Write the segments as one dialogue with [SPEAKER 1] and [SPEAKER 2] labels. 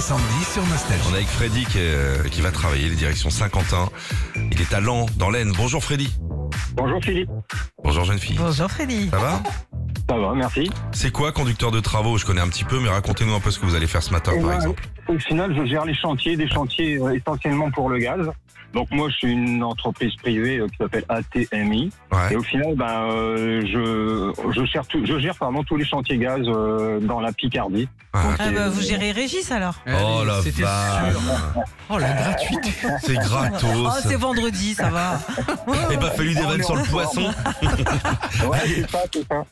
[SPEAKER 1] Sandy sur Nostalgie.
[SPEAKER 2] On est avec Freddy qui, est- qui va travailler les directions Saint-Quentin. Il est à Lens, dans l'Aisne. Bonjour Freddy.
[SPEAKER 3] Bonjour Philippe.
[SPEAKER 2] Bonjour jeune fille.
[SPEAKER 4] Bonjour Freddy.
[SPEAKER 2] Ça va
[SPEAKER 3] Ça va, merci.
[SPEAKER 2] C'est quoi conducteur de travaux Je connais un petit peu, mais racontez-nous un peu ce que vous allez faire ce matin
[SPEAKER 3] Eh
[SPEAKER 2] par
[SPEAKER 3] ben,
[SPEAKER 2] exemple.
[SPEAKER 3] Au final, je gère les chantiers, des chantiers euh, essentiellement pour le gaz. Donc moi, je suis une entreprise privée euh, qui s'appelle ATMI. Et
[SPEAKER 2] Ouais.
[SPEAKER 3] au final, ben, euh, je, je, gère tout- je gère pardon, tous les chantiers gaz euh, dans la Picardie.
[SPEAKER 2] Ah.
[SPEAKER 4] Ah
[SPEAKER 3] Et,
[SPEAKER 4] bah vous
[SPEAKER 3] euh,
[SPEAKER 4] gérez Régis alors
[SPEAKER 2] Oh
[SPEAKER 1] Allez,
[SPEAKER 2] la
[SPEAKER 1] c'était
[SPEAKER 2] vache.
[SPEAKER 1] sûr. Oh la gratuité.
[SPEAKER 2] C'est
[SPEAKER 4] Oh
[SPEAKER 2] gratos.
[SPEAKER 4] c'est vendredi ça va Oh,
[SPEAKER 2] Eh bah fais-lui des vannes sur le poisson.
[SPEAKER 3] Ouais, c'est ça, c'est ça.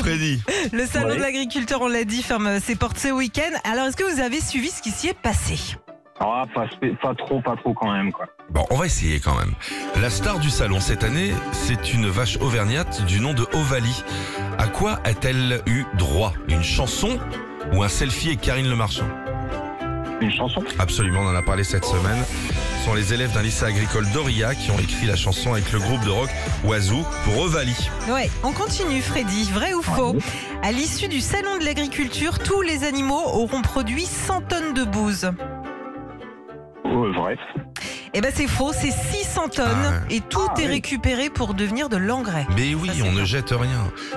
[SPEAKER 2] Freddy.
[SPEAKER 4] Le salon
[SPEAKER 3] Ouais.
[SPEAKER 4] de l'agriculteur on l'a dit ferme ses portes ce week-end. Alors est-ce que vous avez suivi ce qui s'y est passé
[SPEAKER 3] Ah, pas, spé- pas trop, pas trop quand même. Quoi.
[SPEAKER 2] Bon, on va essayer quand même. La star du salon cette année, c'est une vache auvergnate du nom de Ovalie. À quoi a-t-elle eu droit Une chanson ou un selfie avec Karine Le Marchand
[SPEAKER 3] Une chanson.
[SPEAKER 2] Absolument, on en a parlé cette semaine. Ce sont les élèves d'un lycée agricole d'Oria qui ont écrit la chanson avec le groupe de rock Oiseau pour Ovalie.
[SPEAKER 4] Ouais, on continue Freddy, vrai ou faux À l'issue du salon de l'agriculture, tous les animaux auront produit 100 tonnes de bouse.
[SPEAKER 3] Ouais, vrai.
[SPEAKER 4] Eh ben c'est faux, c'est 600 tonnes
[SPEAKER 2] Ah
[SPEAKER 4] et tout
[SPEAKER 3] Ah
[SPEAKER 4] est
[SPEAKER 3] oui.
[SPEAKER 4] récupéré pour devenir de l'engrais.
[SPEAKER 2] Mais oui,
[SPEAKER 4] Ça, Ah, c'est
[SPEAKER 2] on ne
[SPEAKER 4] bien.
[SPEAKER 2] jette rien.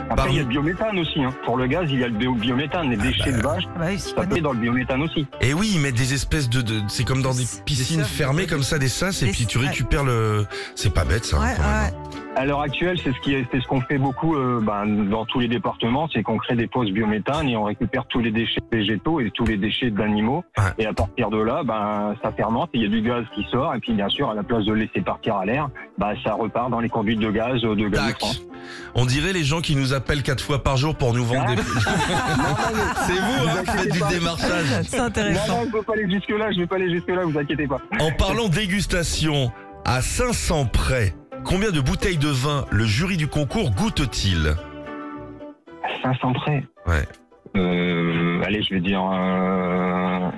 [SPEAKER 3] Après,
[SPEAKER 2] Parmi-
[SPEAKER 3] il y a le biométhane aussi. hein. Pour le gaz, il y a le bio- biométhane, les déchets de vache.
[SPEAKER 4] Ah Bah, oui, s'y
[SPEAKER 3] Ça
[SPEAKER 4] connaît.
[SPEAKER 3] fait dans le biométhane aussi.
[SPEAKER 2] Et oui, ils mettent des espèces de, de- c'est comme dans des
[SPEAKER 4] Des
[SPEAKER 2] piscines
[SPEAKER 1] sasses.
[SPEAKER 2] fermées comme ça, des sas, et
[SPEAKER 4] Des
[SPEAKER 2] puis tu
[SPEAKER 4] sas.
[SPEAKER 2] récupères le. C'est pas bête ça.
[SPEAKER 4] Ouais,
[SPEAKER 2] quand même.
[SPEAKER 4] ouais.
[SPEAKER 3] À l'heure actuelle, c'est ce qui est- c'est ce qu'on fait beaucoup euh, ben, dans tous les départements, c'est qu'on crée des postes biométhane et on récupère tous les déchets végétaux et tous les déchets d'animaux.
[SPEAKER 2] Ouais.
[SPEAKER 3] Et à partir de là, ben, ça fermente, il y a du gaz qui sort et puis bien sûr, à la place de le laisser partir à l'air, ben, ça repart dans les conduites de gaz euh, de gaz. de
[SPEAKER 2] hein. Tac.
[SPEAKER 3] France.
[SPEAKER 2] On dirait les gens qui nous appellent quatre fois par jour pour nous vendre des. c'est vous, hein, qui faites du démarchage.
[SPEAKER 4] C'est
[SPEAKER 3] Non,
[SPEAKER 4] intéressant.
[SPEAKER 3] non, je ne peux pas aller jusque là, je vais pas aller jusque là, vous inquiétez pas.
[SPEAKER 2] En parlant dégustation, à 500 près, combien de bouteilles de vin le jury du concours goûte-t-il
[SPEAKER 3] 500 près.
[SPEAKER 2] Ouais.
[SPEAKER 3] Euh, allez, je vais dire euh,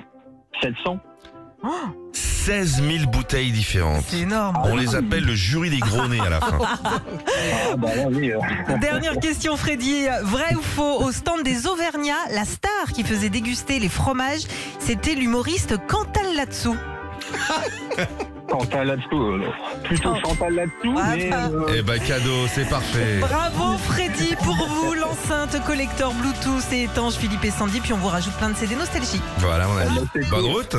[SPEAKER 3] 700.
[SPEAKER 4] Oh,
[SPEAKER 2] 16 000 bouteilles différentes.
[SPEAKER 4] c'est énorme.
[SPEAKER 2] On les appelle le jury des gros nez à la fin.
[SPEAKER 3] Ah, bah là, oui, euh,
[SPEAKER 4] Dernière question, Freddy. Vrai ou faux Au stand des Auvergnats, la star qui faisait déguster les fromages, c'était l'humoriste Cantal Latsou.
[SPEAKER 3] Chantal là-dessous, euh, plutôt Chantal là-dessous,
[SPEAKER 4] Ah,
[SPEAKER 3] mais
[SPEAKER 4] bah.
[SPEAKER 3] euh,
[SPEAKER 2] Eh ben cadeau, c'est parfait.
[SPEAKER 4] Bravo, Freddy, pour vous, l'enceinte collector Bluetooth et étanche Philippe et Sandy. Puis on vous rajoute plein de CD nostalgie.
[SPEAKER 2] Voilà, on a dit. Bonne route.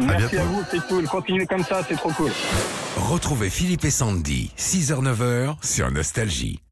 [SPEAKER 3] Merci
[SPEAKER 2] bientôt.
[SPEAKER 3] à vous, c'est cool. Continuez comme ça, c'est trop cool.
[SPEAKER 1] Retrouvez Philippe et Sandy, 6h-9h sur Nostalgie.